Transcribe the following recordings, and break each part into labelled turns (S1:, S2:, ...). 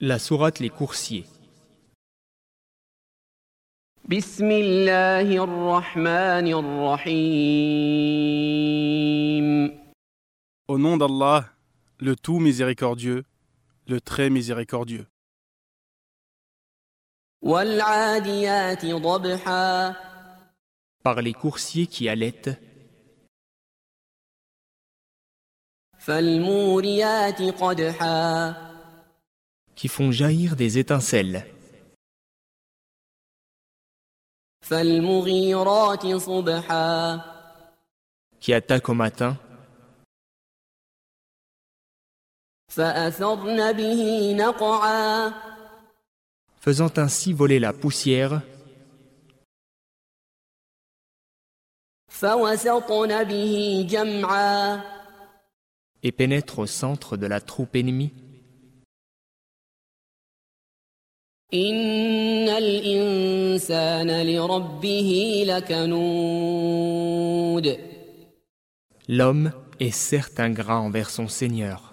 S1: La sourate Les Coursiers.
S2: بسم الله الرحمن الرحيم
S3: Au nom d'Allah, le tout miséricordieux, le très miséricordieux.
S2: والعاديات ضبحا
S1: Par les coursiers qui allaitent,
S2: فالموريات قدحا
S1: qui font jaillir des étincelles,
S2: فالمغيرات صبحا
S1: qui attaquent au matin,
S2: فأثرن به نقعا
S1: faisant ainsi voler la poussière,
S2: فوسطن به جمعا
S1: et pénètrent au centre de la troupe ennemie.
S2: إن الإنسان لربه لكنود
S1: L'homme est certes ingrat envers son Seigneur,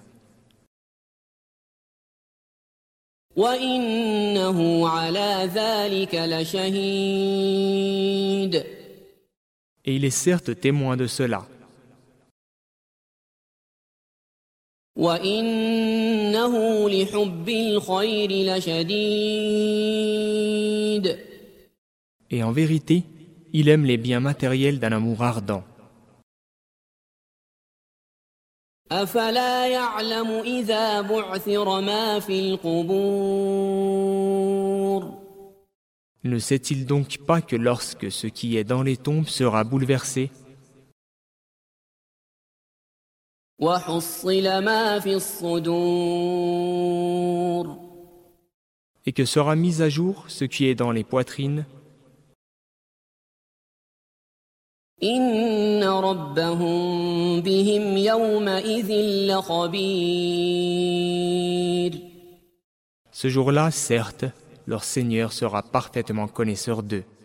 S2: وإنه على ذلك لشهيد
S1: et il est certes témoin de cela,
S2: وإنه لحب الخير لشديد
S1: et en vérité, il aime les biens matériels d'un amour ardent.
S2: أفلا يعلم إذا بعثر ما في القبور
S1: Ne sait-il donc pas que lorsque ce qui est dans les tombes sera bouleversé,
S2: وحصل ما في الصدور
S1: et que sera mis à jour ce qui est dans les poitrines,
S2: إن ربهم بهم يومئذ لخبير
S1: Ce jour-là, certes, leur Seigneur sera parfaitement connaisseur d'eux.